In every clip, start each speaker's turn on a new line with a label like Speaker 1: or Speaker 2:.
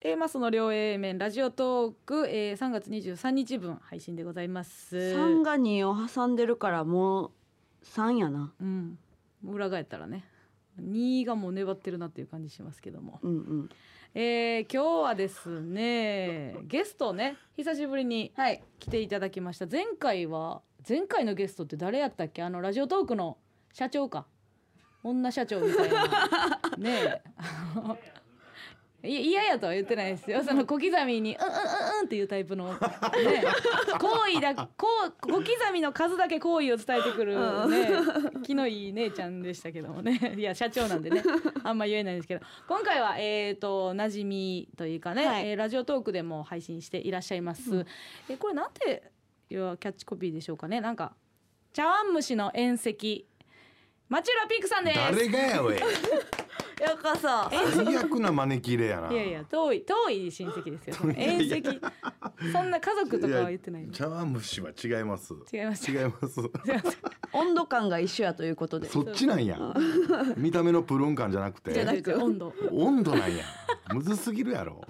Speaker 1: えー、まあその両 A 面ラジオトーク、えー、3月23日分配信でございます。
Speaker 2: 三が二を挟んでるからもう三やな。
Speaker 1: うん、裏返ったらね2がもう粘ってるなっていう感じしますけども、
Speaker 2: うんうん。
Speaker 1: えー、今日はですねゲストをね久しぶりに
Speaker 2: はい。
Speaker 1: 来ていただきました前回は前回のゲストって誰やったっけあのラジオトークの社長か女社長みたいなねえい や嫌やとは言ってないですよその小刻みに「うんうんうんうん」っていうタイプのね好意だこう小刻みの数だけ好意を伝えてくるね気のいい姉ちゃんでしたけどもね いや社長なんでねあんま言えないですけど今回はえっ、となじみというかね、
Speaker 2: はい
Speaker 1: えーラジオトークでも配信していらっしゃいます、えこれなんていうキャッチコピーでしょうかねなんか茶碗蒸しの宴席マチュラピークさんです
Speaker 3: 誰がやおい
Speaker 2: ようこそ。
Speaker 3: 最悪な招き入れやない
Speaker 1: やいや遠い遠い親戚ですよその
Speaker 3: いや
Speaker 1: 宴
Speaker 3: いや
Speaker 1: 席そんな家族とかは言ってない違
Speaker 3: 茶碗蒸しは違い ます
Speaker 1: いました
Speaker 3: 違います
Speaker 1: すいません
Speaker 2: 温度感が一緒やということで。
Speaker 3: そっちなんや見た目のプルン感じゃなく
Speaker 1: じゃ
Speaker 2: な
Speaker 1: な
Speaker 3: て
Speaker 2: く
Speaker 1: く温度
Speaker 3: 温度なんやむずすぎるやろ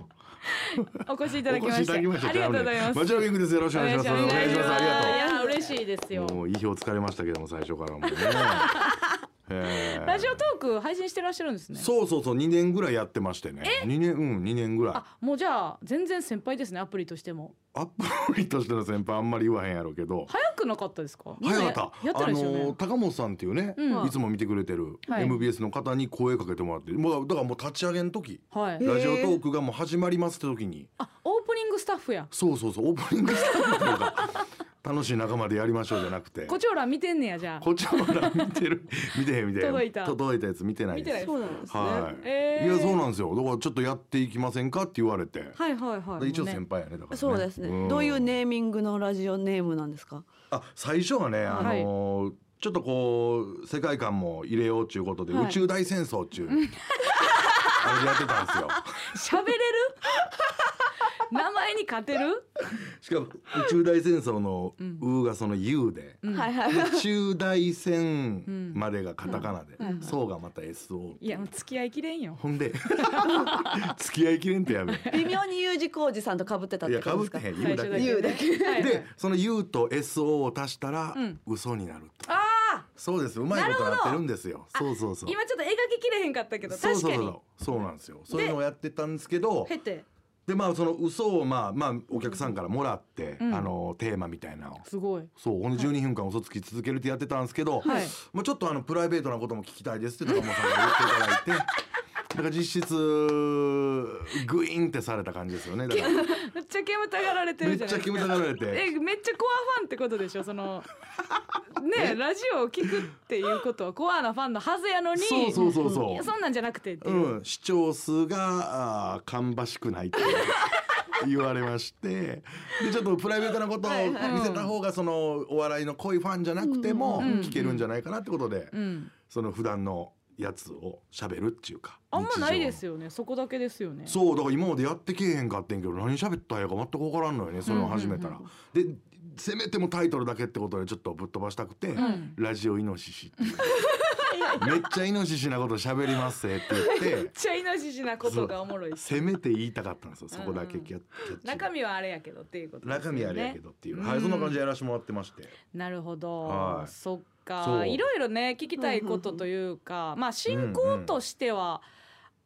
Speaker 1: お越しい
Speaker 3: お
Speaker 1: ただきま
Speaker 3: 越し
Speaker 1: し
Speaker 3: いただきました
Speaker 1: ありがとうございます
Speaker 3: マチュラピンクですよろしくお願いします
Speaker 1: お願いします
Speaker 3: ありがとう
Speaker 1: いや嬉しいですよ
Speaker 3: もう意表つかれましたけども最初から もうねえー
Speaker 1: ラジオトーク配信してらっしゃるんですね
Speaker 3: そうそうそう2年ぐらいやってましてね2年うん2年ぐらい
Speaker 1: あもうじゃあ全然先輩ですねアプリとしても
Speaker 3: アプリとしての先輩あんまり言わへんやろうけど
Speaker 1: 早くなかったですか
Speaker 3: 早かった
Speaker 1: やってないですよね、
Speaker 3: あの高本さんっていうね、
Speaker 1: うん
Speaker 3: いつも見てくれてる
Speaker 1: はい
Speaker 3: MBS の方に声かけてもらって、もうだからもう立ち上げの時
Speaker 1: はい
Speaker 2: へえ
Speaker 3: ラジオトークがもう始まりますって時に
Speaker 1: あオープニングスタッフや
Speaker 3: そうそうそうオープニングスタッフとか楽しい仲間でやりましょうじゃな くて
Speaker 1: コチョウラン見てんねやじゃあ
Speaker 3: こっちはまだ見てる見てへん見てへん
Speaker 1: 届いた
Speaker 3: 届いたやつ見てない
Speaker 1: 見てな
Speaker 3: で
Speaker 1: い
Speaker 3: す
Speaker 2: そうなんですね。
Speaker 3: はい、
Speaker 1: えー
Speaker 3: いやそうなんですよだからちょっとやっていきませんかって言われて、
Speaker 2: はいはいは
Speaker 3: 一応
Speaker 1: ね
Speaker 3: 先輩やねだから、ね、
Speaker 2: そうですね、
Speaker 3: ん
Speaker 2: どういうネーミングのラジオネームなんですか。
Speaker 3: あ最初はね、あ
Speaker 1: はい
Speaker 3: のーちょっとこう世界観も入れようということで、
Speaker 2: はい
Speaker 3: 宇宙大戦争中あれやってたんで すよ
Speaker 1: 喋 れる名前に勝てる、
Speaker 3: しかも宇宙大戦争の
Speaker 1: うん
Speaker 3: 「う」がその「U で、
Speaker 1: うん
Speaker 2: はいはい。
Speaker 3: 宇宙大
Speaker 1: うん
Speaker 3: 戦までがカタカナで
Speaker 2: うんうん
Speaker 3: 「そう」がまた SO
Speaker 1: いやもう付き合いきれんよ
Speaker 3: ほんで 付き合いきれんってやべ
Speaker 2: 微妙に U 字工事さんと被ってたっ
Speaker 3: い
Speaker 2: て
Speaker 3: や
Speaker 2: こ
Speaker 3: か
Speaker 2: と
Speaker 3: ぶ
Speaker 2: で
Speaker 3: っ
Speaker 2: す
Speaker 3: て
Speaker 2: か。
Speaker 3: へん「U」だけ
Speaker 1: 最初だけはい
Speaker 3: でその「U」と「SO」を足したら
Speaker 1: うん
Speaker 3: 嘘になると、
Speaker 1: ああ
Speaker 3: そうですうまいことなってるんですよそうそうそう
Speaker 1: 今ちょっと描ききれへんかったけど
Speaker 3: そう
Speaker 1: 確
Speaker 3: そう
Speaker 1: か
Speaker 3: そう
Speaker 1: に
Speaker 3: そうそうなんですよそういうのをやってたんですけど
Speaker 1: 経て
Speaker 3: でまあその嘘をまあまあお客さんからもらって、
Speaker 1: うん
Speaker 3: あのテーマみたいなのを
Speaker 1: すごい
Speaker 3: そうほんで12分間嘘つき続けるってやってたんですけど、
Speaker 1: はい
Speaker 3: まあ、ちょっとあのプライベートなことも聞きたいですって高本さんが 言っていただいて。だから実質グイーンってされた感じですよね。だから
Speaker 1: めっちゃ煙たがられて
Speaker 3: め
Speaker 1: る
Speaker 3: っ
Speaker 1: じゃ
Speaker 3: ち
Speaker 1: な
Speaker 3: ゃ
Speaker 1: いです
Speaker 3: 煙
Speaker 1: か
Speaker 3: たがられて、
Speaker 1: えめっちゃコアファンってことでしょそ のねえラジオを聞くっていうことはコアなファンのはずやのに
Speaker 3: そうそうそう
Speaker 1: い
Speaker 3: そ
Speaker 1: やそんなんじゃなくてって
Speaker 3: う。
Speaker 1: いう、
Speaker 3: うん、視聴数があー芳しくないって 言われまして、でちょっとプライベートなことを
Speaker 2: はいはい
Speaker 3: 見せた方がそのお笑いの濃いファンじゃなくても
Speaker 1: うん
Speaker 3: 聞けるんじゃないかなってことで
Speaker 1: う、ん、
Speaker 3: その普段のやつを喋るっていうか。
Speaker 1: あんまないで
Speaker 3: よ
Speaker 1: すよねそこだけですよね
Speaker 3: そうだから今までやってけえへんかってんけど何喋ったらええか全く分からんのよねそれを始めたら。
Speaker 1: うん
Speaker 3: でせめてもタイトルだけってことでちょっとぶっ飛ばしたくて「
Speaker 1: ん
Speaker 3: ラジオイノシシ」 っていうめっちゃイノシシなこと喋りますぜ」って言っ
Speaker 1: め
Speaker 3: て
Speaker 1: っちゃイノシシなことがおもろいし
Speaker 3: せめて言いたかったんですよそこだけキャッキャッチ
Speaker 1: 中身はあれやけどっていうことです
Speaker 3: 中
Speaker 1: よ
Speaker 3: 身
Speaker 1: ね
Speaker 3: あれやけどっていう、
Speaker 1: うん
Speaker 3: はいそんな感じでやらせてもらってまして
Speaker 1: なるほど、
Speaker 3: はい
Speaker 1: そっ
Speaker 3: そ
Speaker 1: か
Speaker 3: う
Speaker 1: いろいろね聞きたいことというかまあ進行としては、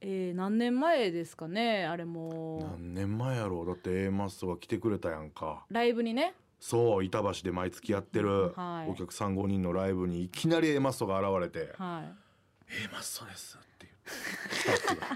Speaker 1: えー何年前ですかねあれも
Speaker 3: 何年前やろうだって A マッソが来てくれたやんか
Speaker 1: ライブにね
Speaker 3: そう板橋で毎月やってる
Speaker 1: はい
Speaker 3: お客さん5人のライブにいきなり A マッソが現れて。
Speaker 1: はい
Speaker 3: えマッソですって言ってスタッフが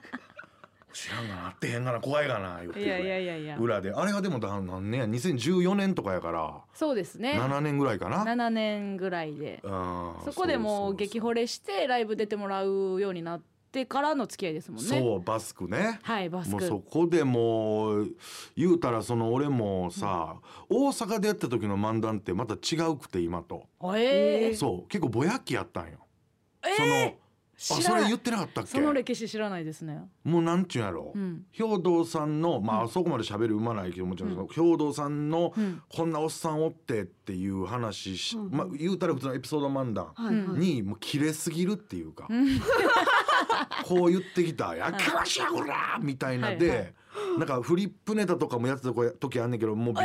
Speaker 3: 知らんがなってへんがな怖いがな言って
Speaker 1: いやいやいやいや
Speaker 3: 裏であれがでもだ何年や2014年とかやから
Speaker 1: そうですね
Speaker 3: 7年ぐらいかな
Speaker 1: 7年ぐらいで
Speaker 3: あー
Speaker 1: そこでも
Speaker 3: そうう
Speaker 1: 激惚れしてライブ出てもらうようになってからの付き合いですもんね
Speaker 3: そうバスクね
Speaker 1: はいバス
Speaker 3: もうそ
Speaker 1: ク
Speaker 3: こでもう言うたらその俺もさ、大阪でやった時の漫談ってまた違うくて今と
Speaker 1: えー、
Speaker 3: そう結構ぼやっきやったんよ、
Speaker 1: え
Speaker 3: そ
Speaker 1: ー、
Speaker 3: のあ
Speaker 1: 知
Speaker 3: そ
Speaker 1: ら
Speaker 3: れ
Speaker 1: ない
Speaker 3: 言ってなかったっけ
Speaker 1: その歴史知らないですね
Speaker 3: もうなんちゅうんやろ
Speaker 1: うん
Speaker 3: 兵道さんのまあ、
Speaker 1: う
Speaker 3: あそこまで喋るうまないけどもちろん、
Speaker 1: うん
Speaker 3: 兵道さんの
Speaker 1: うん
Speaker 3: こんなおっさんおってっていう話し、
Speaker 2: うん
Speaker 3: まあ、言うたら普通のエピソード漫談
Speaker 2: はいはい。
Speaker 3: にもう切れすぎるっていうか、
Speaker 1: うん
Speaker 3: こう言ってきた「やけましやこら!」みたいなで、
Speaker 1: はいは
Speaker 3: なんかフリップネタとかもやってた時あんねんけどもうビ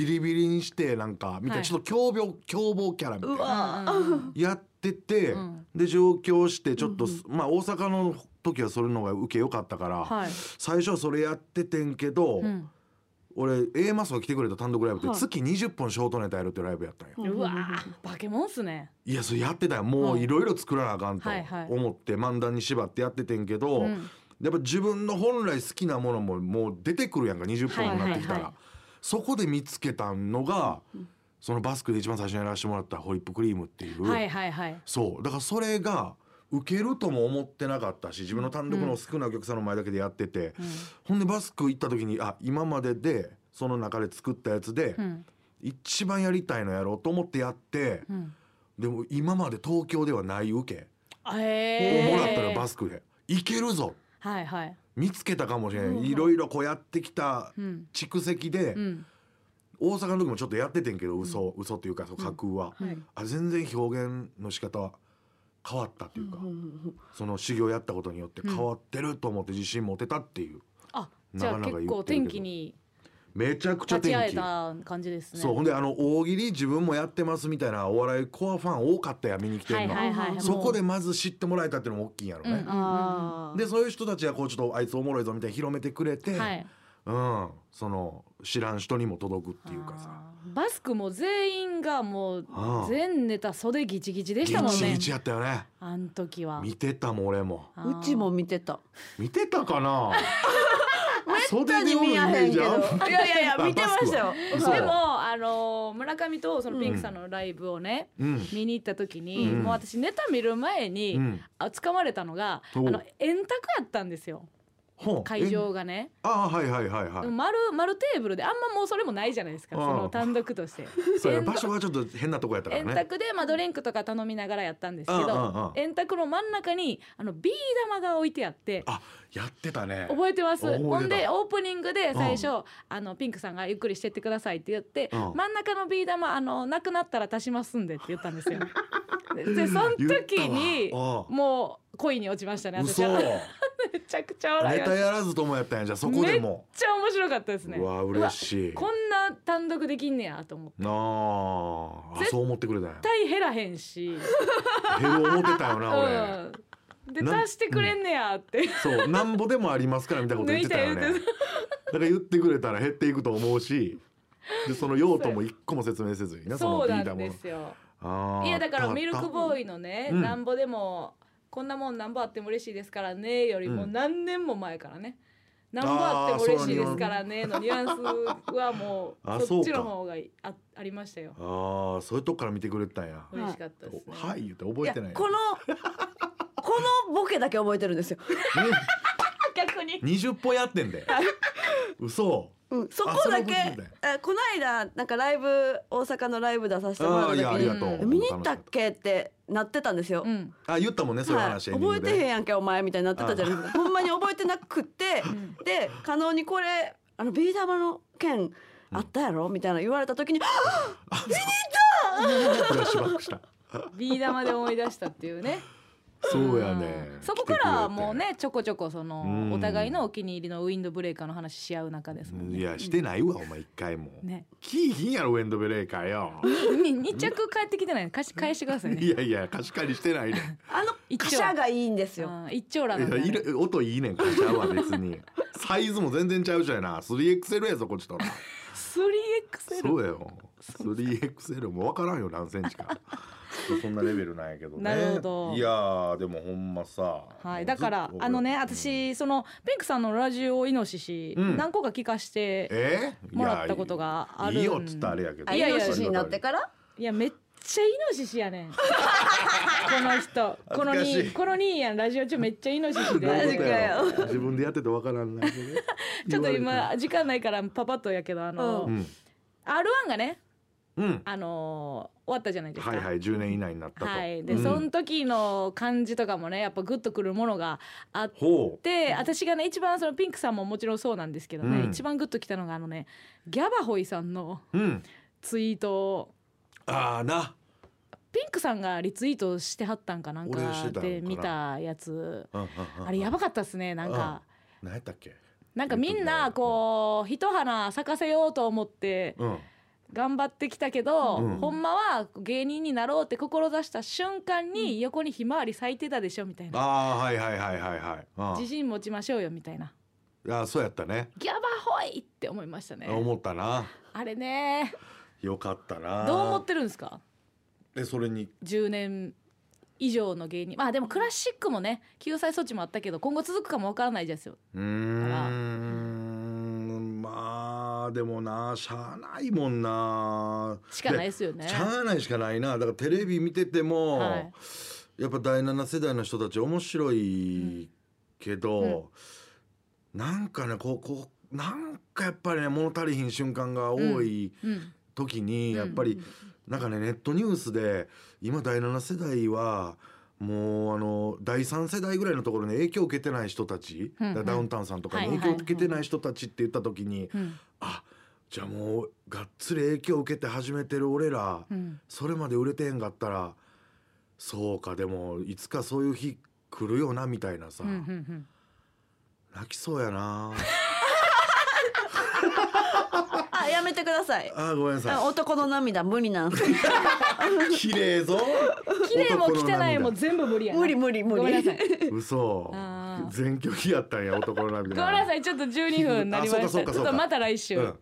Speaker 3: リ,、ビリビリにしてなんかみた
Speaker 1: は
Speaker 3: いないちょっと凶暴凶暴キャラみたいな
Speaker 2: うわ
Speaker 1: うんうんうん
Speaker 3: やってて、
Speaker 1: うん
Speaker 3: で上京してちょっと、
Speaker 2: うん
Speaker 3: まあ大阪の時はそれの方が受け良かったから、
Speaker 1: はい。
Speaker 3: 最初はそれやっててんけど、
Speaker 1: うん
Speaker 3: 俺 A マスが来てくれた単独ライブって
Speaker 2: はい
Speaker 3: 月20本ショートネタやるっていうライブやったんよ。
Speaker 2: うん
Speaker 1: うわー、化け物っすね。
Speaker 3: いやそれやってたよもう
Speaker 1: はい
Speaker 3: いろいろ作らなあかんと
Speaker 1: はいはい
Speaker 3: 思って漫談に縛ってやっててんけど、
Speaker 1: うん
Speaker 3: やっぱ自分の本来好きなものももう出てくるやんか20本になってきたら、
Speaker 1: はいはいはい
Speaker 3: そこで見つけたのが、
Speaker 2: うん
Speaker 3: そのバスクで一番最初にやらせてもらったホイップクリームっていう、
Speaker 1: はいはいはい。
Speaker 3: そうだからそれが受けるとも思ってなかったし自分の単独の少ないお客さんの前だけでやってて、
Speaker 1: う
Speaker 3: ほんでバスク行った時にあ今まででその中で作ったやつで、
Speaker 1: んうん
Speaker 3: 一番やりたいのやろうと思ってやって
Speaker 1: うん。
Speaker 3: でも今まで東京ではない受け
Speaker 1: え
Speaker 3: を
Speaker 1: え。
Speaker 3: もらったのバスクでいけるぞ
Speaker 1: はいはい。
Speaker 3: 見つけたかもしれ
Speaker 2: うんう
Speaker 3: なんいいろいろこうやってきた
Speaker 1: うん。
Speaker 3: 蓄積で、
Speaker 1: うん。
Speaker 3: 大阪の時もちょっとやっててんけど嘘、嘘っていうかその架空は、
Speaker 1: はい
Speaker 3: あ全然表現の仕方は変わったっていうか、その修行やったことによって変わってると思って自信持てたっていう、
Speaker 1: あ、じゃあ
Speaker 3: なかなか言っ
Speaker 1: 結
Speaker 3: てるけど
Speaker 1: 構天気に
Speaker 3: めちゃくちゃ
Speaker 1: 立ち
Speaker 3: 天
Speaker 1: 会え
Speaker 3: 気
Speaker 1: た感じですね。
Speaker 3: そうほんであの大喜利自分もやってますみたいなお笑いコアファン多かったや見に来て
Speaker 1: は
Speaker 3: る
Speaker 1: い
Speaker 3: の、
Speaker 1: はいはい。
Speaker 3: そこで
Speaker 1: も
Speaker 3: まず知ってもらえたっていうのも大きいんやろね、
Speaker 2: あー
Speaker 3: でそういう人たちがこうちょっとあいつおもろいぞみたいに広めてくれて、
Speaker 1: うはい。
Speaker 3: うん、その知らん人にも届くっていうかさ
Speaker 1: あーバスクも全員がもう
Speaker 3: ああ
Speaker 1: 全ネタ袖ギチギチでしたもん
Speaker 3: ギチ
Speaker 1: ね
Speaker 3: ギチやったよね
Speaker 1: あん時は
Speaker 3: 見てたもん俺も
Speaker 1: あ
Speaker 2: う
Speaker 1: ー
Speaker 2: ちも見てた。
Speaker 3: 見てた かな袖
Speaker 2: に見やへんけど。
Speaker 3: でおるイメージあん
Speaker 2: いやいやい や見てましたよ。
Speaker 3: 嘘
Speaker 1: でもあのー村上とそのピンクさんのライブをね、
Speaker 3: うん
Speaker 1: 見に行った時に、
Speaker 3: うん
Speaker 1: もう私ネタ見る前に、
Speaker 3: うん
Speaker 1: あ掴まれたのがあ
Speaker 3: お
Speaker 1: の円卓やったんですよ
Speaker 3: ほう
Speaker 1: 会場
Speaker 3: え
Speaker 1: がね、
Speaker 3: ああはいはいはいは
Speaker 1: でも丸丸テーブルであんまもうそれもないじゃないですか
Speaker 3: ああ
Speaker 1: その単独として
Speaker 3: いそうや
Speaker 1: 円
Speaker 3: 場
Speaker 1: 卓
Speaker 3: 所がちょっと変なとこやったから
Speaker 1: 円
Speaker 3: ね
Speaker 1: 卓で、まあ、ドリンクとか頼みながらやったんですけ
Speaker 3: うんうんう
Speaker 1: ど
Speaker 3: ん
Speaker 1: 円卓の真ん中にあのビー玉が置いてあって
Speaker 3: あやってたね
Speaker 1: 覚えてます
Speaker 3: 覚えてた
Speaker 1: ほんでオープニングで最初、
Speaker 3: う
Speaker 1: あのピンクさんが「ゆっくりしてってください」って言って、
Speaker 3: うん
Speaker 1: 真ん中のビー玉あのなくなったら足しますんでって言ったん ですよ。ででその時
Speaker 3: 言
Speaker 1: に
Speaker 3: ったわ
Speaker 1: もう恋に落ちましたね
Speaker 3: うん
Speaker 1: 私
Speaker 3: 嘘
Speaker 1: は
Speaker 3: ネ
Speaker 1: めちゃくちゃ笑いまし
Speaker 3: タ
Speaker 1: ためっ
Speaker 3: やらずともやったんやじゃあそこでも
Speaker 1: ちゃ面白かったですね
Speaker 3: うわ嬉しいう
Speaker 1: わこんな単独できんねやと思って
Speaker 3: なああ
Speaker 1: 絶
Speaker 3: そう思ってくれたんや
Speaker 1: 絶対減らへんし、
Speaker 3: 減る思ってたよ
Speaker 1: う
Speaker 3: な俺
Speaker 1: ん、で
Speaker 3: なん
Speaker 1: 足してくれんねやって、
Speaker 3: そうなんぼでもありますからみたいなこと言ってたよね
Speaker 1: 抜いて言う
Speaker 3: だから言ってくれたら減っていくと思うしでその用途も一個も説明せずになその
Speaker 1: そう
Speaker 3: ビ
Speaker 1: な
Speaker 3: ーダ
Speaker 1: ん
Speaker 3: も
Speaker 1: ですよ
Speaker 3: あー
Speaker 1: いやだからミル
Speaker 3: あ
Speaker 1: ク
Speaker 3: ったあっ
Speaker 1: ボーイのね、
Speaker 3: うん
Speaker 1: なんぼでもこんなもんなんぼあっても嬉しいですからねよりも
Speaker 3: うん
Speaker 1: 何年も前からね、なんぼあっても嬉しいですからねのニュアンスはも
Speaker 3: あ
Speaker 1: うそっち
Speaker 3: そう
Speaker 1: の
Speaker 3: か
Speaker 1: 方がいあありましたよ
Speaker 3: たああそういうとこから見てくれてたんや
Speaker 1: 嬉しかったです、ね、
Speaker 3: はい言って
Speaker 2: い
Speaker 3: 覚え
Speaker 2: や
Speaker 3: てない
Speaker 2: このこのボケだけ覚えてるんですよ。
Speaker 1: 逆に
Speaker 3: 二十歩やってんで嘘
Speaker 2: うん、そこだけ
Speaker 3: あその部分だよ
Speaker 2: えこの間なんかライブ大阪のライブ出させてもら
Speaker 3: あ
Speaker 2: った
Speaker 3: あいやあ
Speaker 2: 時
Speaker 3: り
Speaker 2: に
Speaker 3: がと
Speaker 1: う
Speaker 3: う
Speaker 2: 見に行ったっけってなってたんですよ。
Speaker 1: うん
Speaker 3: あ言ったもんねそういう
Speaker 2: はい、
Speaker 3: 話エンディ
Speaker 2: 覚
Speaker 3: ン
Speaker 2: え
Speaker 3: グ
Speaker 2: てへん
Speaker 3: で
Speaker 2: やんけお前みたいになってたじゃないですかほんまに覚えてなくって
Speaker 1: ん
Speaker 2: で加納にこれあのビー玉の件あったやろみたいな言われた時に「あ
Speaker 3: フラッシュバックした
Speaker 1: ビー玉で思い出したっていうね
Speaker 3: そうやね
Speaker 1: うんそこからもうねちょこちょこその、
Speaker 3: うん
Speaker 1: お互いのお気に入りのウィンドブレーカーの話し合う中ですもんね
Speaker 3: いやしてないわお前一回も
Speaker 1: ね
Speaker 3: キーひんやろウエンドブレーカーよ
Speaker 1: に2着返ってきてないの貸し返してくださいね
Speaker 3: いやいや貸し借りしてないね
Speaker 2: あの
Speaker 1: 一
Speaker 2: カ
Speaker 1: 丁
Speaker 2: シャがいいんですよ
Speaker 1: うん一丁羅
Speaker 3: い
Speaker 1: なん
Speaker 3: や
Speaker 1: だ、
Speaker 3: いる音いいねん貸しちゃうわ別 にサイズも全然ちゃうじゃいな 3XL やぞこっちとら
Speaker 1: 3XL
Speaker 3: そうやよ 3XL も分からんよ何センチかそんなレベルなんやけどね
Speaker 1: なるほど
Speaker 3: いやーでもほんまさ
Speaker 1: は
Speaker 3: もう
Speaker 1: い、だから
Speaker 3: ずっと
Speaker 1: あのね私そのピンクさんのラジオイノシシ、
Speaker 3: うん
Speaker 1: 何個か聞かして
Speaker 3: えー
Speaker 1: もらったことがあるん
Speaker 3: いやいいよっつったらあれやけど
Speaker 2: あ
Speaker 1: いやいや
Speaker 2: イノシシになってから
Speaker 1: いやめっちゃイノシシやねんこの人この
Speaker 3: 恥ずかし
Speaker 1: に
Speaker 3: い
Speaker 1: このにやんラジオ中めっちゃイノシシ
Speaker 3: どういう
Speaker 2: マジ
Speaker 1: で
Speaker 3: こと
Speaker 2: かよ
Speaker 3: やろ自分でやってて分からんないけどね
Speaker 1: ちょっと
Speaker 3: 言わ
Speaker 1: 今時間ないからパパッとやけどあの、
Speaker 3: れて
Speaker 1: R1 がね
Speaker 3: うんうん
Speaker 1: あの終わったじゃないですか。
Speaker 3: はいはい10年以内になったと
Speaker 1: はいで、
Speaker 3: うん
Speaker 1: その時の感じとかもねやっぱグッとくるものがあっ
Speaker 3: ほ
Speaker 1: で私がね一番そのピンクさんももちろんそうなんですけどね、
Speaker 3: うん
Speaker 1: 一番グッときたのがあのねギャバホイさんの
Speaker 3: ううん
Speaker 1: ツイートを
Speaker 3: ああな
Speaker 1: ピンクさんがリツイートしてはったんかなんか
Speaker 3: 俺してたんかな
Speaker 1: で見たやつ
Speaker 3: あ
Speaker 1: あれやばかったですねなんか
Speaker 3: 何やったっけ
Speaker 1: なんかみんなこう一花咲かせようと思って
Speaker 3: うん
Speaker 1: 頑張ってきたけど、
Speaker 3: うん
Speaker 1: ほんまは芸人になろうって志した瞬間に横にひまわり咲いてたでしょみたいな、
Speaker 3: ああはいはいはいはいはい
Speaker 1: 自信持ちましょうよみたいな
Speaker 3: うんあーそうやったね
Speaker 1: ギャバホイって思いましたね
Speaker 3: 思ったな
Speaker 1: あれね
Speaker 3: よかったな
Speaker 1: どう思ってるんですか
Speaker 3: でそれに
Speaker 1: 10年以上の芸人まあでもクラシックもね救済措置もあったけど今後続くかもわからないですよ
Speaker 3: うーんまあでもなしゃあないもんな
Speaker 1: しかないですよね
Speaker 3: しゃあないしかないなだからテレビ見てても、
Speaker 1: はい
Speaker 3: やっぱ第7世代の人たち面白いけど、なんかねこうこうなんかやっぱりね物足りひん瞬間が多い
Speaker 1: うん
Speaker 3: 時に、
Speaker 1: うん
Speaker 3: やっぱり、なんかねネットニュースで今第7世代はもうあの第3世代ぐらいのところに影響を受けてない人たち、
Speaker 1: うんうん
Speaker 3: だからダウンタウンさんとかに
Speaker 1: はいはい
Speaker 3: 影響を受けてない人たちって言った時に、
Speaker 1: うん
Speaker 3: あじゃあもうがっつり影響を受けて始めてる俺ら、
Speaker 1: うん
Speaker 3: それまで売れてへんかったらそうかでもいつかそういう日来るよなみたいなさ、
Speaker 1: うんうんうん
Speaker 3: 泣きそうやな
Speaker 2: あやめてください
Speaker 3: あーごめんな
Speaker 2: あ
Speaker 3: さ
Speaker 2: 男の涙無理なんです
Speaker 3: い綺麗ぞ
Speaker 1: 綺麗も
Speaker 3: 男の
Speaker 1: 汚いも
Speaker 3: 涙
Speaker 1: 全部無理やな
Speaker 2: 無理無理無理
Speaker 1: ごめんなさい
Speaker 3: 嘘
Speaker 1: あー
Speaker 3: 全拒否やったんや男の涙
Speaker 1: ごめんなさいちょっと12分になりま
Speaker 3: あ
Speaker 1: した
Speaker 3: そうか
Speaker 1: ち
Speaker 3: そ
Speaker 1: ょ
Speaker 3: う
Speaker 1: っ
Speaker 3: かそうか
Speaker 1: とまた来週、
Speaker 3: うん